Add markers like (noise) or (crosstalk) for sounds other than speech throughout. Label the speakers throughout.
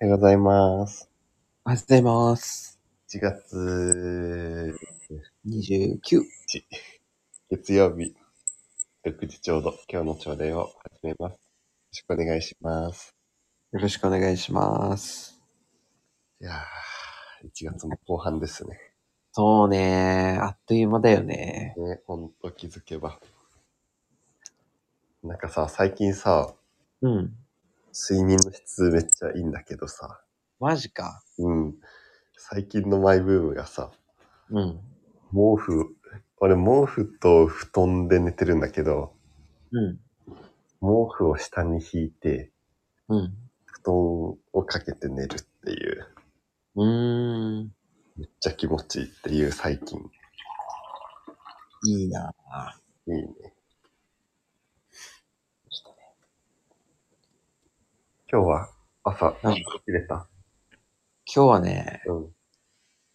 Speaker 1: おはようございます。
Speaker 2: おはようございます。
Speaker 1: 1月
Speaker 2: 29。
Speaker 1: 月曜日、6時ちょうど、今日の朝礼を始めます。よろしくお願いします。
Speaker 2: よろしくお願いします。
Speaker 1: いやー、1月も後半ですね。
Speaker 2: そうねあっという間だよね。
Speaker 1: ね、ほんと気づけば。なんかさ、最近さ、
Speaker 2: うん。
Speaker 1: 睡眠の質めっちゃいいんだけどさ、
Speaker 2: マジか。
Speaker 1: うん。最近のマイブームがさ、
Speaker 2: うん。
Speaker 1: 毛布、俺毛布と布団で寝てるんだけど、
Speaker 2: うん。
Speaker 1: 毛布を下に引いて、
Speaker 2: うん。
Speaker 1: 布団をかけて寝るっていう、
Speaker 2: うーん。
Speaker 1: めっちゃ気持ちいいっていう最近。
Speaker 2: いいなぁ。
Speaker 1: いいね。今日は朝、
Speaker 2: うん
Speaker 1: 起きれた。
Speaker 2: 今日はね、
Speaker 1: うん。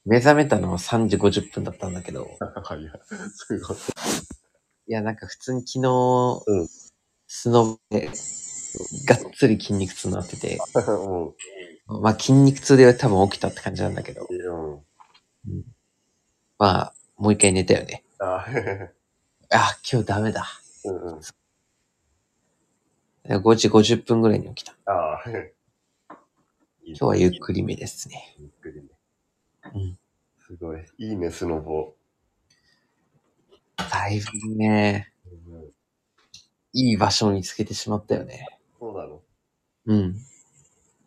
Speaker 2: 目覚めたのは3時50分だったんだけど、
Speaker 1: はいや、 (laughs) すごい。
Speaker 2: いや、なんか普通に昨日、
Speaker 1: うん
Speaker 2: スノボで、がっつり筋肉痛になってて、
Speaker 1: も
Speaker 2: まあ筋肉痛で多分起きたって感じなんだけど、
Speaker 1: う、いいよ。
Speaker 2: まあ、もう一回寝たよね。
Speaker 1: あ
Speaker 2: あ、今日ダメだ。
Speaker 1: (laughs) うんうん。
Speaker 2: 5時50分ぐらいに起きた。
Speaker 1: あ今
Speaker 2: 今日はゆっくりめですね。
Speaker 1: ゆっくりね。
Speaker 2: うん
Speaker 1: すごい。いいね、スノボ。
Speaker 2: だいぶね、
Speaker 1: うん、
Speaker 2: いい場所を見つけてしまったよね。
Speaker 1: そうなの。
Speaker 2: うん。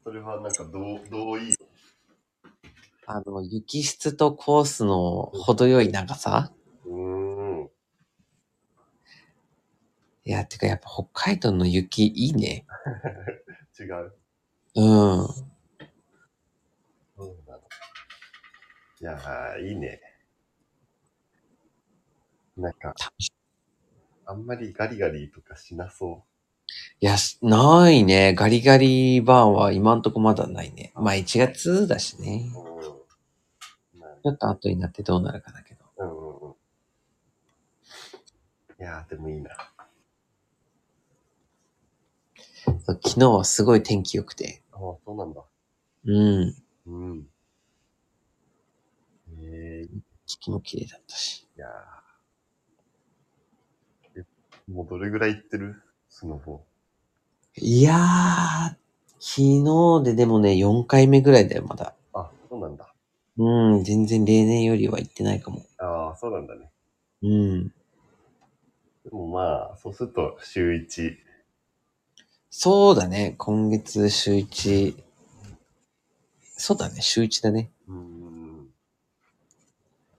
Speaker 1: それはなんかどう、どういい
Speaker 2: あの、雪質とコースの程よい長さ
Speaker 1: うーん。
Speaker 2: いや、てかやっぱ北海道の雪いいね。
Speaker 1: 違う。
Speaker 2: うん。
Speaker 1: そうなの。いやー、いいね。なんか、
Speaker 2: 楽しい
Speaker 1: あんまりガリガリとかしなそ
Speaker 2: いや、しないね。ガリガリバーンは今んとこまだないね。まあ1月だしね
Speaker 1: う。。うん。まあ
Speaker 2: ちょっと後になってどうなるかだけど。
Speaker 1: うんうんうん。いやー、でもいいな。
Speaker 2: そう昨日はすごい天気良くて。
Speaker 1: ああ、そうなんだ。
Speaker 2: うん。
Speaker 1: うん。ええー、い
Speaker 2: 月も綺麗だったし。
Speaker 1: やー。え、もうどれぐらい行ってるスノボ。
Speaker 2: いやー、昨日ででもね、4回目ぐらいだよ、まだ。
Speaker 1: あ、そうなんだ。
Speaker 2: うん、全然例年よりは行ってないかも。
Speaker 1: ああ、そうなんだね。
Speaker 2: うん。
Speaker 1: でもまあ、そうすると週一。
Speaker 2: そうだね、今月週1。そうだね、週1だね。
Speaker 1: うーん。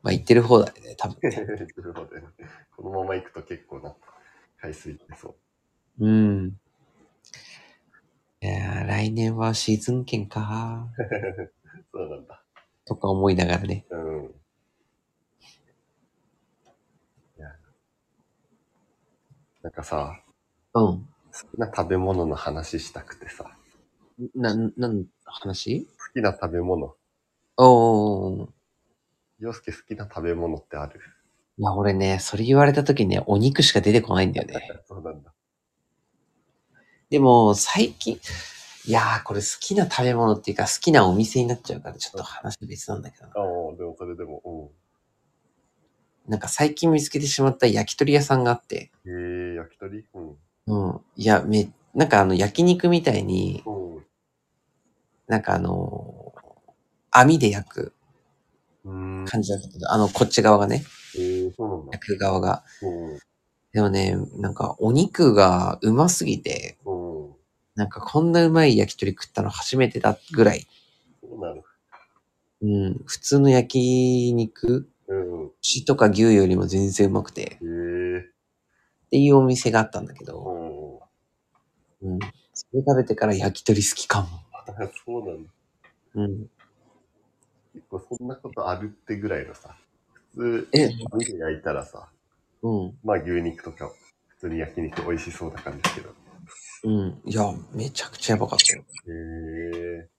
Speaker 2: まあ行ってる方だね、多分 (laughs)
Speaker 1: な
Speaker 2: ね。
Speaker 1: るほどね。このまま行くと結構な回数いってそう。
Speaker 2: うん。いやー、来年はシーズン券かー。
Speaker 1: そうなんだ。
Speaker 2: とか思いながらね。
Speaker 1: うん。いやなんかさ、
Speaker 2: うん。
Speaker 1: 好きな食べ物の話したくてさ、
Speaker 2: な、なん、話
Speaker 1: 好きな食べ物、
Speaker 2: おー。
Speaker 1: 洋介好きな食べ物ってある
Speaker 2: いや、俺ね、それ言われた時にね、お肉しか出てこないんだよね。 (laughs)
Speaker 1: そうなんだ。
Speaker 2: でも、最近、いやー、これ好きな食べ物っていうか、好きなお店になっちゃうから、ちょっと話別なんだけどな。
Speaker 1: ああ、でもそれでも、
Speaker 2: なんか最近見つけてしまった焼き鳥屋さんがあって、
Speaker 1: うん。へえ、焼き鳥うん。
Speaker 2: うん。いや、め、なんかあの、焼肉みたいに、なんかあのー網で焼く
Speaker 1: うん。うーん。
Speaker 2: 感じだったけど、あの、こっち側がね、
Speaker 1: へえ、そうなんだ。
Speaker 2: 焼く側が。
Speaker 1: う
Speaker 2: でもね、なんかお肉がうますぎて、
Speaker 1: ん。うん。
Speaker 2: なんかこんなうまい焼き鳥食ったの初めてだぐらい、
Speaker 1: そうなの。
Speaker 2: うん、普通の焼肉、
Speaker 1: うん。
Speaker 2: 牛とか牛よりも全然うまくて、
Speaker 1: へえ。
Speaker 2: っていうお店があったんだけ
Speaker 1: う
Speaker 2: ど、
Speaker 1: ん。
Speaker 2: うん。それ食べてから焼き鳥好きかも。
Speaker 1: あそうなんだ。
Speaker 2: うん。
Speaker 1: 結構そんなことあるってぐらいのさ、普通、
Speaker 2: え、
Speaker 1: 見て焼いたらさ、
Speaker 2: うん。
Speaker 1: まあ牛肉とか、普通に焼肉美味しそうな感じですけど。へ
Speaker 2: うん。いや、めちゃくちゃやばかったよ。
Speaker 1: え。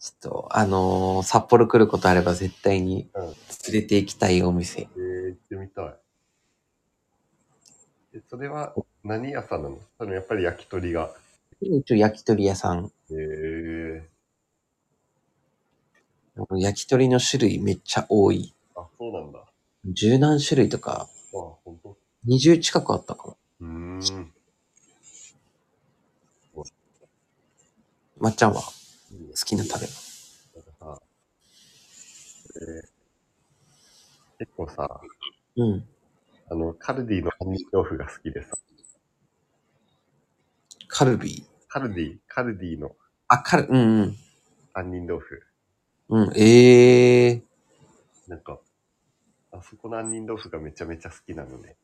Speaker 2: ちょっと、あのー札幌来ることあれば絶対に
Speaker 1: うん
Speaker 2: 連れて行きたいお店。
Speaker 1: えー、行ってみたい。え、それは何屋さんなのそのやっぱり焼き鳥が。
Speaker 2: 一応焼き鳥屋さん。
Speaker 1: へえ。
Speaker 2: 焼き鳥の種類めっちゃ多い。
Speaker 1: あ、そうなんだ。あ、
Speaker 2: 十何種類とか、
Speaker 1: ほんと。
Speaker 2: 20近くあったか
Speaker 1: うーん。
Speaker 2: な。まっちゃんは好
Speaker 1: いいね。
Speaker 2: きな食べ物。
Speaker 1: なんかさ、えー結構さ、
Speaker 2: うん。
Speaker 1: あの、カルディの半日豆腐が好きでさ、
Speaker 2: カルビー。
Speaker 1: カルディ、カルディの
Speaker 2: あ、カル、うんうん。
Speaker 1: 杏仁豆腐。
Speaker 2: うん、ええー。
Speaker 1: なんか、あそこの杏仁豆腐がめちゃめちゃ好きなのね。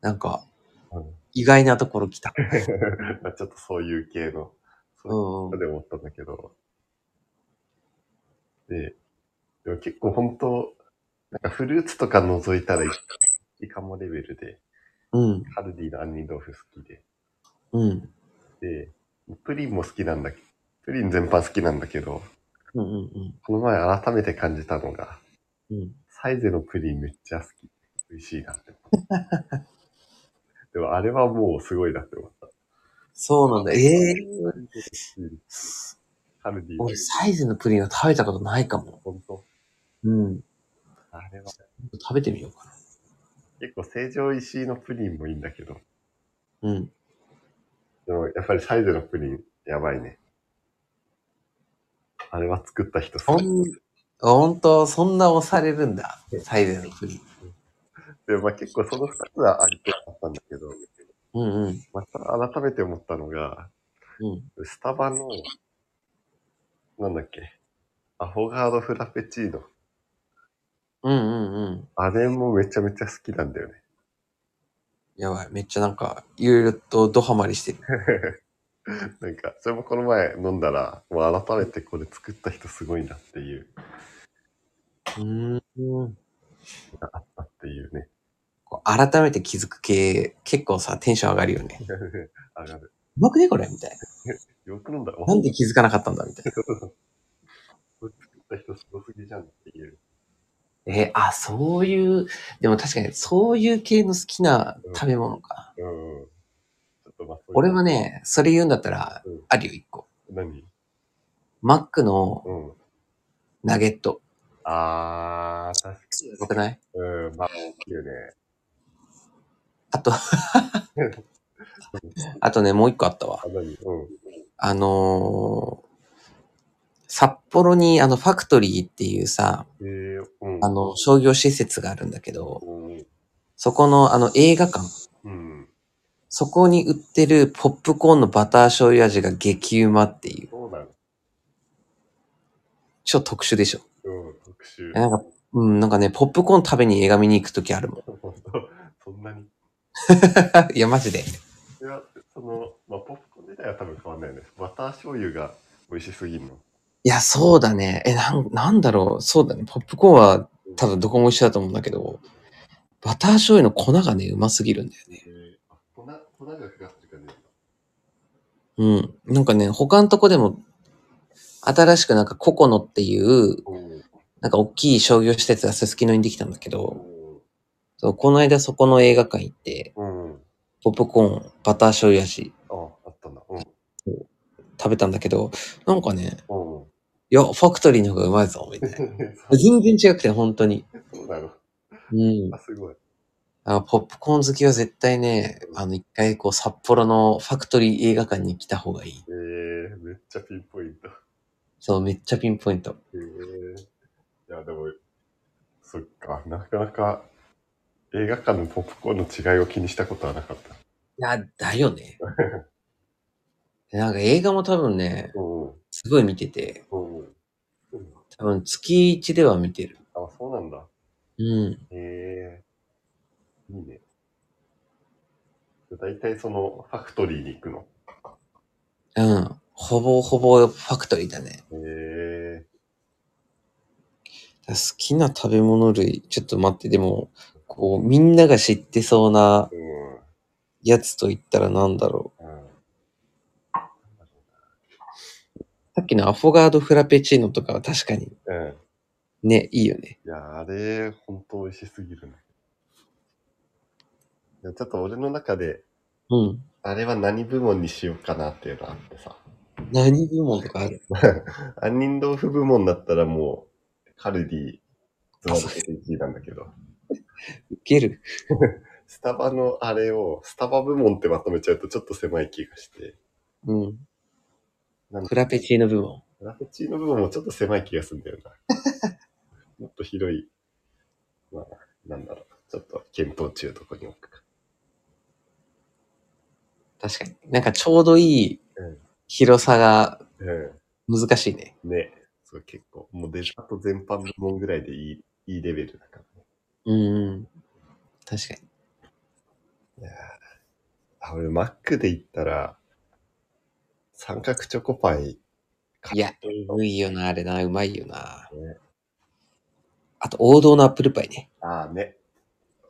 Speaker 2: なんか、
Speaker 1: うん。
Speaker 2: 意外なところ来た。
Speaker 1: まあちょっとそういう系の、
Speaker 2: う
Speaker 1: そ
Speaker 2: ん
Speaker 1: うい
Speaker 2: う。
Speaker 1: うんで思ったんだけど。で、でも結構本当なんかフルーツとか除いたらいいかもレベルで、
Speaker 2: うん。
Speaker 1: カルディの杏仁豆腐好きで。
Speaker 2: うん。
Speaker 1: で、プリンも好きなんだけど、プリン全般好きなんだけど、
Speaker 2: うんうんうん。
Speaker 1: この前改めて感じたのが、
Speaker 2: うん。
Speaker 1: サイゼのプリンめっちゃ好き。美味しいなって思った。でもあれはもうすごいなって思った。
Speaker 2: そうなんだ。ええー。
Speaker 1: カルディの
Speaker 2: 俺、サイズのプリンは食べたことないかも。
Speaker 1: 本当
Speaker 2: うん。
Speaker 1: あれは
Speaker 2: 食べてみようか
Speaker 1: 結構成城石井のプリンもいいんだけど、
Speaker 2: な。うん。
Speaker 1: でもやっぱりサイゼのプリンやばいね。あれは作った人
Speaker 2: ほ
Speaker 1: さ。
Speaker 2: ん、本当そんな押されるんだ。サイズのプリン。
Speaker 1: で、まあ結構その2つはありとあったんだけど、
Speaker 2: うんうん。
Speaker 1: また改めて思ったのが、
Speaker 2: うん。
Speaker 1: スタバの、なんだっけ、アフォガードフラペチーノ。
Speaker 2: うんうんうん。
Speaker 1: あれもめちゃめちゃ好きなんだよね。
Speaker 2: やばい。めっちゃなんか、いろいろとドハマりしてる。
Speaker 1: (laughs) なんか、それもこの前飲んだら、もう改めてこれ作った人すごいなっていう、
Speaker 2: うーん。
Speaker 1: あったっていうね。 (laughs)
Speaker 2: こう改めて気づく系、結構さ、テンション上がるよね。
Speaker 1: 上がる。
Speaker 2: うまくねこれみたい
Speaker 1: よく飲んだら、
Speaker 2: な。な
Speaker 1: わ
Speaker 2: んで気づかなかったんだみたいな。
Speaker 1: これ作った人すごすぎじゃんっていう。
Speaker 2: えーあ、そういう、でも確かに、そういう系の好きな食べ物か。
Speaker 1: うんうん。ちょっとまあ、そういう
Speaker 2: 俺は、ね、それ言うんだったら
Speaker 1: うん、
Speaker 2: あるよ、一個。
Speaker 1: 何
Speaker 2: マックの
Speaker 1: うん。
Speaker 2: ナゲット。
Speaker 1: あー、確か
Speaker 2: すごくない
Speaker 1: に。うん、まあ、大きいよね。
Speaker 2: あと、あとね、もう一個あったわ
Speaker 1: あ、。何うん。
Speaker 2: あのー札幌にあのファクトリーっていうさ、
Speaker 1: えー、うん。
Speaker 2: あの商業施設があるんだけど、
Speaker 1: うん、
Speaker 2: そこのあの映画館、
Speaker 1: うん。
Speaker 2: そこに売ってるポップコーンのバター醤油味が激うまっていう、
Speaker 1: そうなの。
Speaker 2: 超特殊でしょ。
Speaker 1: うん、特集。
Speaker 2: なんか、うん、なんかね、ポップコーン食べに映画見に行くときあるもん。
Speaker 1: (laughs)
Speaker 2: (laughs)
Speaker 1: 本当、そんなに。
Speaker 2: いや、マジで。
Speaker 1: いや、その、まあ、ポップコーン自体は多分変わんないよね。バター醤油が美味しすぎるの。
Speaker 2: いや、そうだね。え、なん、なんだろう。そうだね。ポップコーンは多分どこも一緒だと思うんだけど、バター醤油の粉がね、うますぎるんだよね。
Speaker 1: えー、あ粉、粉がかかってる感じなんだ。
Speaker 2: うん。なんかね、他のとこでも、新しくなんかココノっていう、
Speaker 1: おー
Speaker 2: なんか大きい商業施設がすすきのにできたんだけど、
Speaker 1: お
Speaker 2: そうこの間そこの映画館行って、
Speaker 1: ーうん。
Speaker 2: ポップコーン、バター醤油味
Speaker 1: あ、あったんだ。うん。
Speaker 2: 食べたんだけど、なんかね、
Speaker 1: うん。
Speaker 2: いや、ファクトリーの方がうまいぞ、みた
Speaker 1: (laughs)
Speaker 2: いな。全然違くて、本当に。
Speaker 1: そうなの。
Speaker 2: うん
Speaker 1: あ、。すごい。
Speaker 2: あのポップコーン好きは絶対ね、あの、一回こう、札幌のファクトリー映画館に来た方がいい。
Speaker 1: えー、めっちゃピンポイント。
Speaker 2: そう、めっちゃピンポイント。
Speaker 1: えー、いや、でも、そっか、なかなか映画館のポップコーンの違いを気にしたことはなかった。
Speaker 2: いや、だよね。 (laughs) なんか映画も多分ね、
Speaker 1: うん。うん
Speaker 2: すごい見てて、
Speaker 1: うん。
Speaker 2: 多分月1では見てる。
Speaker 1: あ、そうなんだ。
Speaker 2: うん。
Speaker 1: へえいいね。だいたいそのファクトリーに行くの。
Speaker 2: うん。ほぼほぼファクトリーだね。
Speaker 1: へえ
Speaker 2: 好きな食べ物類、ちょっと待って、でも、こう、みんなが知ってそうな
Speaker 1: うん。
Speaker 2: やつと言ったらなんだろ
Speaker 1: うん。
Speaker 2: う。さっきのアフォガードフラペチーノとかは確かに
Speaker 1: うん。
Speaker 2: ね、いいよね。
Speaker 1: いや、あれ、ほんと美味しすぎるね。いやちょっと俺の中で、
Speaker 2: うん。
Speaker 1: あれは何部門にしようかなっていうのあってさ。
Speaker 2: 何部門とかある
Speaker 1: 杏仁豆腐部門だったらもう、カルディ、ズバ抜けて1位なんだけど、
Speaker 2: 受ける。
Speaker 1: スタバのあれを、スタバ部門ってまとめちゃうとちょっと狭い気がして、
Speaker 2: うん。
Speaker 1: なん
Speaker 2: フラペチーノ部門。
Speaker 1: フラペチーノ部門もちょっと狭い気がするんだよ
Speaker 2: (laughs)
Speaker 1: な。もっと広い、まあ、なんだろう。ちょっと検討中どこに置くか。
Speaker 2: 確かに。なんかちょうどいい
Speaker 1: うん
Speaker 2: 広さが
Speaker 1: う
Speaker 2: 難しいね。
Speaker 1: ん。ね。そう、結構。もうデザート全般部門ぐらいでいい、いいレベルだからね。
Speaker 2: うん。確かに。
Speaker 1: いやーあ、俺、マックで言ったら、三角チョコパイ、
Speaker 2: いや、うまいよな、あれな、うまいよな。
Speaker 1: ね
Speaker 2: あと、王道のアップルパイね。
Speaker 1: ああね。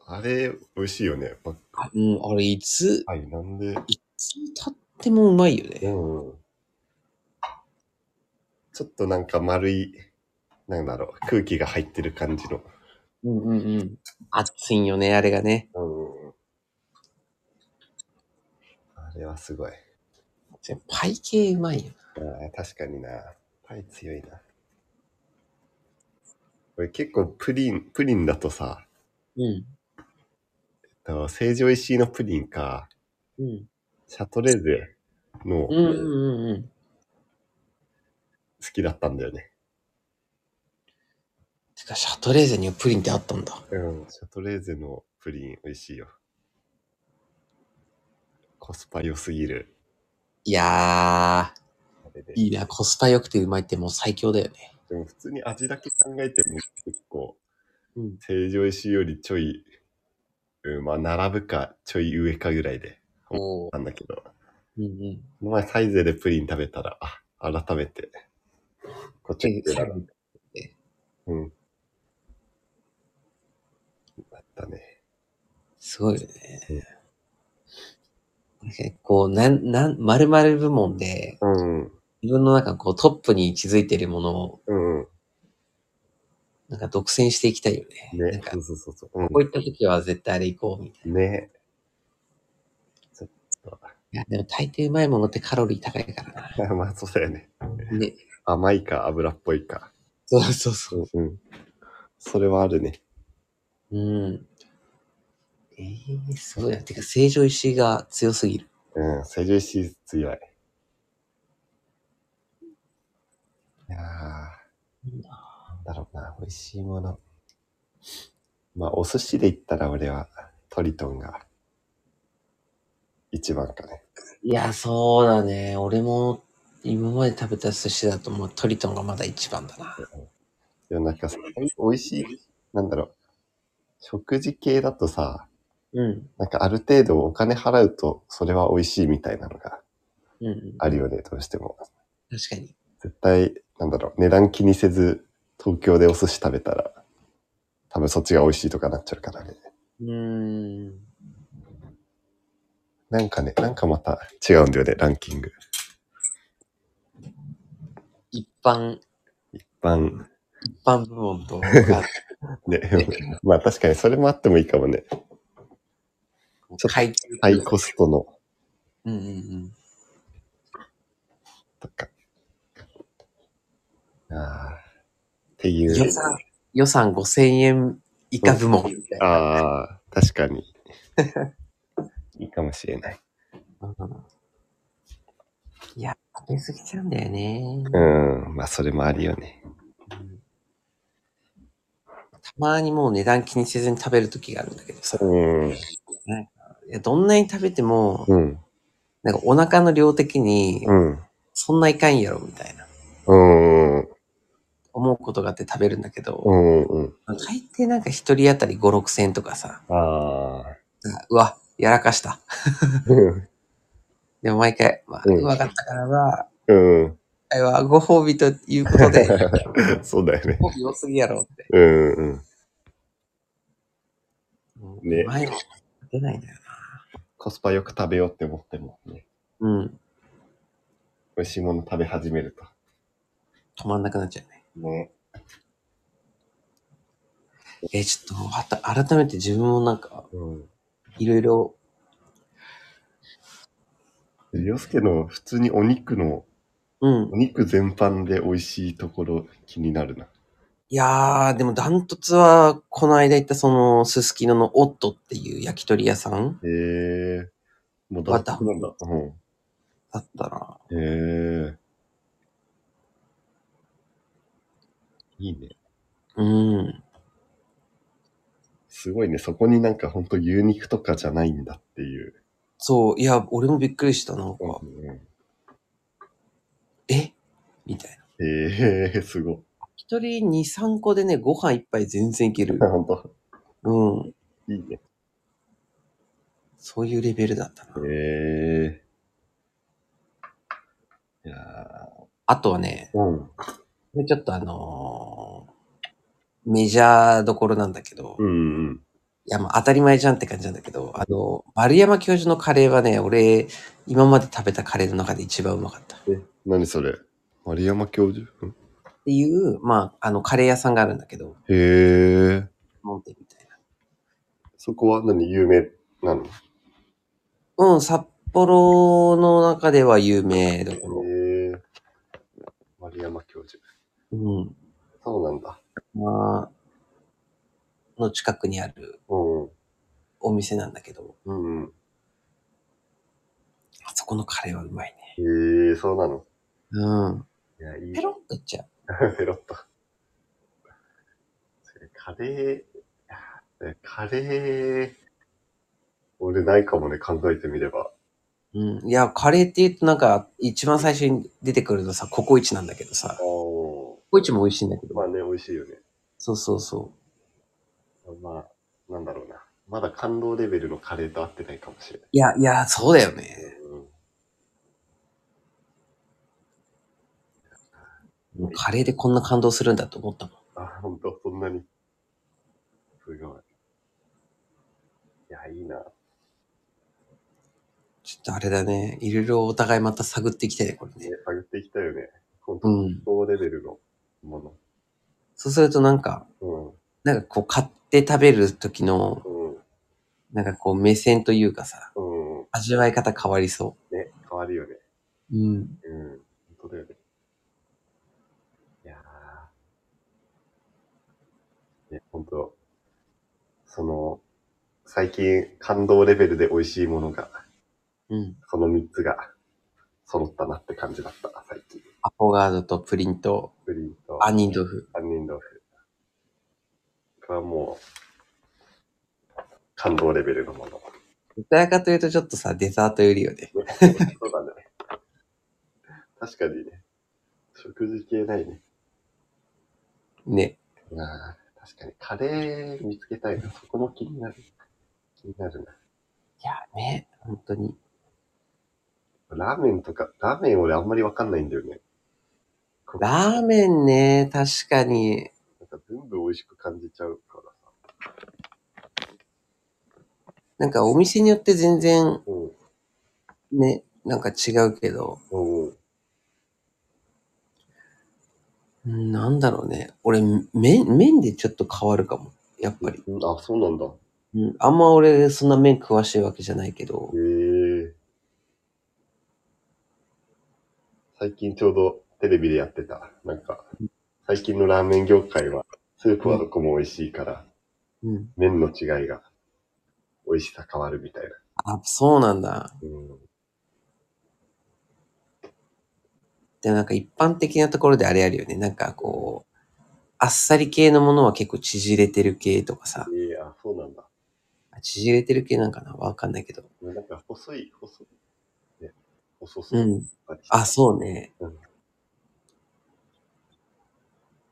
Speaker 1: あれ、美味しいよね。マック
Speaker 2: うん、あれ、いつ、
Speaker 1: パイ、なんで。
Speaker 2: いつ経ってもうまいよね。
Speaker 1: うん。ちょっとなんか丸い、なんだろう、空気が入ってる感じの。
Speaker 2: うんうんうん。熱いんよね、あれがね。
Speaker 1: うん。あれはすごい。
Speaker 2: パイ系うまいよ
Speaker 1: あー確かにな。パイ強いな。俺結構プリン、プリンだとさ、
Speaker 2: な。うん。
Speaker 1: えっと成城石井のプリンか、
Speaker 2: うん。
Speaker 1: シャトレーゼの
Speaker 2: うんう
Speaker 1: 好
Speaker 2: んうんうん。
Speaker 1: きだったんだよね。
Speaker 2: てか、シャトレーゼにはプリンってあったんだ。
Speaker 1: うん、シャトレーゼのプリン美味しいよ。コスパ良すぎる。
Speaker 2: いや
Speaker 1: あれで
Speaker 2: ー、いいな、コスパ良くてうまいってもう最強だよね。
Speaker 1: でも普通に味だけ考えても結構、
Speaker 2: うん。
Speaker 1: 成城石井よりちょい、うん、まあ並ぶかちょい上かぐらいで、
Speaker 2: おー
Speaker 1: なんだけど、こ
Speaker 2: うんうん。
Speaker 1: の前サイゼでプリン食べたら、あ、改めて、こっちに
Speaker 2: (laughs)
Speaker 1: 選ぶ。うん。だったね。
Speaker 2: すごいよね。結構、なん、なん、〇〇部門で、
Speaker 1: うん。うん
Speaker 2: 自分の中のこうトップに気づいてるものを、
Speaker 1: うん。
Speaker 2: なんか独占していきたいよね。な
Speaker 1: ね
Speaker 2: ん。か
Speaker 1: そ、うそうそうそう。
Speaker 2: こういった時は絶対あれ行こうみたいな。
Speaker 1: うん。ね。ちょっ
Speaker 2: いや、でも大抵うまいものってカロリー高いからな。
Speaker 1: と、 (laughs) まあそうだよね。
Speaker 2: ね。
Speaker 1: 甘いか油っぽいか。
Speaker 2: そうそうそう
Speaker 1: うんうん。それはあるね。。
Speaker 2: うん。ええー、すごいな。てか、成城石井が強すぎる。
Speaker 1: うん、成城石井強い。いやー、なんだろうな、美味しいもの。まあ、お寿司で言ったら俺はトリトンが一番かね。
Speaker 2: いや、そうだね。俺も、今まで食べた寿司だと、もうトリトンがまだ一番だな。
Speaker 1: でもなんか、美味しい、なんだろう、食事系だとさ、
Speaker 2: うん。
Speaker 1: なんかある程度お金払うとそれは美味しいみたいなのが
Speaker 2: うんうん。
Speaker 1: あるよね、どうしても。
Speaker 2: 確かに。
Speaker 1: 絶対、なんだろう、値段気にせず、東京でお寿司食べたら、多分そっちが美味しいとかなっちゃうからね。
Speaker 2: うーん。
Speaker 1: なんかね、なんかまた違うんだよね、ランキング。
Speaker 2: 一般、
Speaker 1: バン。
Speaker 2: 一般部門と、あ (laughs)
Speaker 1: ね、 (laughs) まあ確かにそれもあってもいいかもね。
Speaker 2: 階級。
Speaker 1: ハイコストの
Speaker 2: うんうんうん。
Speaker 1: とか。ああ。っていう。
Speaker 2: 予算、予算5000円以下部門みたいな。
Speaker 1: ああ、確かに。 (laughs) いいかもしれない。
Speaker 2: うんいや、食べ過ぎちゃうんだよね。
Speaker 1: うん、まあそれもありよね。
Speaker 2: たまにもう値段気にせずに食べる時があるんだけどさ。
Speaker 1: うん。
Speaker 2: いやどんなに食べても、
Speaker 1: うん。
Speaker 2: なんかお腹の量的に、
Speaker 1: うん。
Speaker 2: そんないかんやろみたいな。
Speaker 1: うん。うん。
Speaker 2: 思うことがあって食べるんだけど、
Speaker 1: うん。うん。
Speaker 2: 大抵なんか一人当たり5、6000円とかさ、
Speaker 1: ああ。
Speaker 2: なんかうわ、やらかした。
Speaker 1: うん
Speaker 2: でも毎回、まあ、
Speaker 1: うん
Speaker 2: うまかったからは、
Speaker 1: うん。 (laughs)
Speaker 2: あれはご褒美ということで、
Speaker 1: そうだよね。
Speaker 2: ご褒美多すぎやろって。
Speaker 1: うんうん。ね
Speaker 2: うまいもん出ないんだよ
Speaker 1: コスパよく食べようって思っても、ね、
Speaker 2: な。うん。
Speaker 1: 美味しいもの食べ始めると。
Speaker 2: 止まんなくなっちゃうね。
Speaker 1: ね。
Speaker 2: え、ちょっとまた、改めて自分もなんか、
Speaker 1: うん。
Speaker 2: いろいろ、
Speaker 1: 洋介の普通にお肉の
Speaker 2: うん
Speaker 1: お。肉全般で美味しいところ気になるな。
Speaker 2: いやー、でもダントツは、この間行ったその、すすきののオットっていう焼き鳥屋さん
Speaker 1: へえ。もう脱北なんだ。うん。
Speaker 2: だったな。
Speaker 1: へえ。いいね。
Speaker 2: うん。
Speaker 1: すごいね。そこになんかほんと牛肉とかじゃないんだっていう。
Speaker 2: そう、いや、俺もびっくりした、なんか、
Speaker 1: うん
Speaker 2: えみたいな。
Speaker 1: へえ、すごい。
Speaker 2: 一人2、3個でね、ご飯一杯全然いける。
Speaker 1: ほんと。
Speaker 2: うん。
Speaker 1: いいね。
Speaker 2: そういうレベルだったな。
Speaker 1: へえ。いや
Speaker 2: あとはね、
Speaker 1: ーうん。
Speaker 2: これちょっとあのーメジャーどころなんだけど、い
Speaker 1: うんうん。
Speaker 2: や、まあ当たり前じゃんって感じなんだけど、あの、丸山教授のカレーはね、俺、今まで食べたカレーの中で一番うまかった。っ
Speaker 1: え、何それ丸山教授、うん
Speaker 2: ていう、まあ、あの、カレー屋さんがあるんだけど、
Speaker 1: へえ。
Speaker 2: モンテみたいな。
Speaker 1: そこは何有名なの
Speaker 2: うん、札幌の中では有名どころ。
Speaker 1: へえ。丸山教授。
Speaker 2: うん。
Speaker 1: そうなんだ。
Speaker 2: まあ、の近くにある
Speaker 1: うんうん。
Speaker 2: お店なんだけど、
Speaker 1: うんうん。
Speaker 2: あそこのカレーはうまいね。
Speaker 1: へえ、そうなの。
Speaker 2: うん。
Speaker 1: いや、いい
Speaker 2: ペ。ロンといっちゃう。
Speaker 1: (laughs) ペロッと。それカレー、えカレー、俺ないかもね、考えてみれば。
Speaker 2: うん。いや、カレーって言うとなんか、一番最初に出てくるのさ、ココイチなんだけどさ、コ
Speaker 1: お
Speaker 2: コイチも美味しいんだけ
Speaker 1: ま
Speaker 2: ど、
Speaker 1: あね、美味しいよね。
Speaker 2: そうそうそ
Speaker 1: まあ、なんだろうな。まだ感動レベルのカレーと合ってないかもしれな
Speaker 2: う。いや、いや、そうだよね。
Speaker 1: い。うん
Speaker 2: もうカレーでこんな感動するんだと思ったもん。
Speaker 1: あ、ほんと、そんなに。すごい。いや、いいな。
Speaker 2: ちょっとあれだね。いろいろお互いまた探っていきたいね、これ
Speaker 1: ね
Speaker 2: ね。、
Speaker 1: 探っていきたいよね。ほんと、
Speaker 2: うん。
Speaker 1: 感動レベルのも
Speaker 2: そうするとなんか、
Speaker 1: の。
Speaker 2: なんかこう買って食べる時の、
Speaker 1: うん、
Speaker 2: なんかこう目線というかさ、
Speaker 1: うん、うん。
Speaker 2: 味わい方変わりそ
Speaker 1: ね、変わるよね。
Speaker 2: う。うん。
Speaker 1: うん、本当だよね。いやー。ね、本当その、最近感動レベルで美味しいものが、
Speaker 2: うん。
Speaker 1: その3つが揃ったなって感じだった、最近。
Speaker 2: アフォガードとプリンと、
Speaker 1: プリンと、
Speaker 2: 杏仁豆腐。
Speaker 1: 杏仁豆腐。これはもう、感動レベルの (laughs) もの。
Speaker 2: どちらかというとちょっとさ、デザートよりよね。
Speaker 1: そうだね。確かにね。食事系ないね。
Speaker 2: ね。
Speaker 1: なあ、確かにカレー見つけたいな。そこも気になる。気になる
Speaker 2: いや、ね。本当に。
Speaker 1: な。ラーメンとか、ラーメン俺あんまりわかんないんだよね。こう
Speaker 2: ラーメンね、確かに。
Speaker 1: なんか全部美味しく感じちゃうからさ。
Speaker 2: なんかお店によって全然
Speaker 1: うん。
Speaker 2: ね、なんか違うけど、
Speaker 1: うん。
Speaker 2: うんなんだろうね。俺、麺、麺でちょっと変わるかも。やっぱり。
Speaker 1: あ、そうなんだ。
Speaker 2: うん、あんま俺、そんな麺詳しいわけじゃないけど
Speaker 1: へ。え。最近ちょうどテレビでやってた。なんか、最近のラーメン業界は、スープはどこも美味しいから、
Speaker 2: うん。
Speaker 1: 麺の違いが、美味しさ変わるみたいな。
Speaker 2: あ、そうなんだ。
Speaker 1: うん。
Speaker 2: でもなんか一般的なところであれあるよね。なんかこう、あっさり系のものは結構縮れてる系とかさ。
Speaker 1: ええあ、そうなんだ。
Speaker 2: 縮れてる系なんかなわかんないけど。
Speaker 1: なんか細い、細い。ね、細そうう。
Speaker 2: ん。あ、そうね。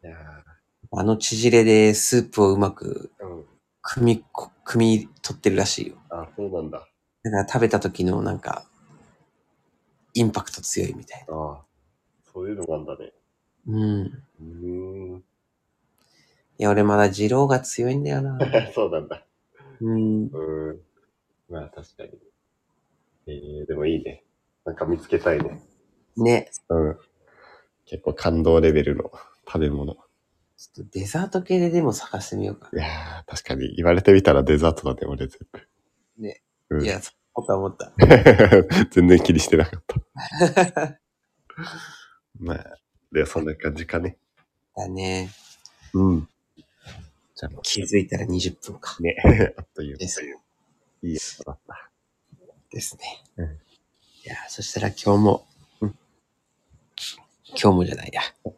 Speaker 1: いや
Speaker 2: あの縮れでスープをうまく
Speaker 1: ーうん。
Speaker 2: 組みこ、組み取ってるらしいよ。
Speaker 1: あ、そうなんだ。
Speaker 2: だから食べた時のなんか、インパクト強いみたい
Speaker 1: ああ。そういうのなんだね。
Speaker 2: な。うん。
Speaker 1: うーん。 (laughs)
Speaker 2: いや、俺まだ二郎が強いんだよな。
Speaker 1: そうなんだ。
Speaker 2: うん。
Speaker 1: うーん。まあ、確かに。ええでもいいね。なんか見つけたいね。
Speaker 2: ね。
Speaker 1: うん。結構感動レベルの食べ物。
Speaker 2: ちょっとデザート系ででも探してみようか
Speaker 1: い。やー、確かに言われてみたらデザートだね、俺全部。 (laughs)
Speaker 2: ね。
Speaker 1: うん
Speaker 2: いや、そう思った思った。
Speaker 1: (laughs) 全然気にしてなかった。まあ、で、そんな感じかね。
Speaker 2: だね。
Speaker 1: うん。じゃ
Speaker 2: 気づいたら20分か
Speaker 1: あ、。 (laughs) ね、あっという間
Speaker 2: です。
Speaker 1: いいやつだった。
Speaker 2: ですね。
Speaker 1: うん
Speaker 2: いやー、そしたら今日も、うん今日もじゃないや。今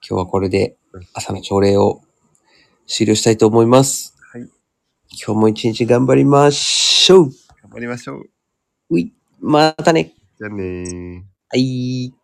Speaker 2: 日はこれで
Speaker 1: うん
Speaker 2: 朝の朝礼を終了したいと思います。
Speaker 1: はい
Speaker 2: 今日も一日頑張りましょう。
Speaker 1: 頑張りましょう。
Speaker 2: うい、またね。
Speaker 1: じゃあねー。
Speaker 2: はい。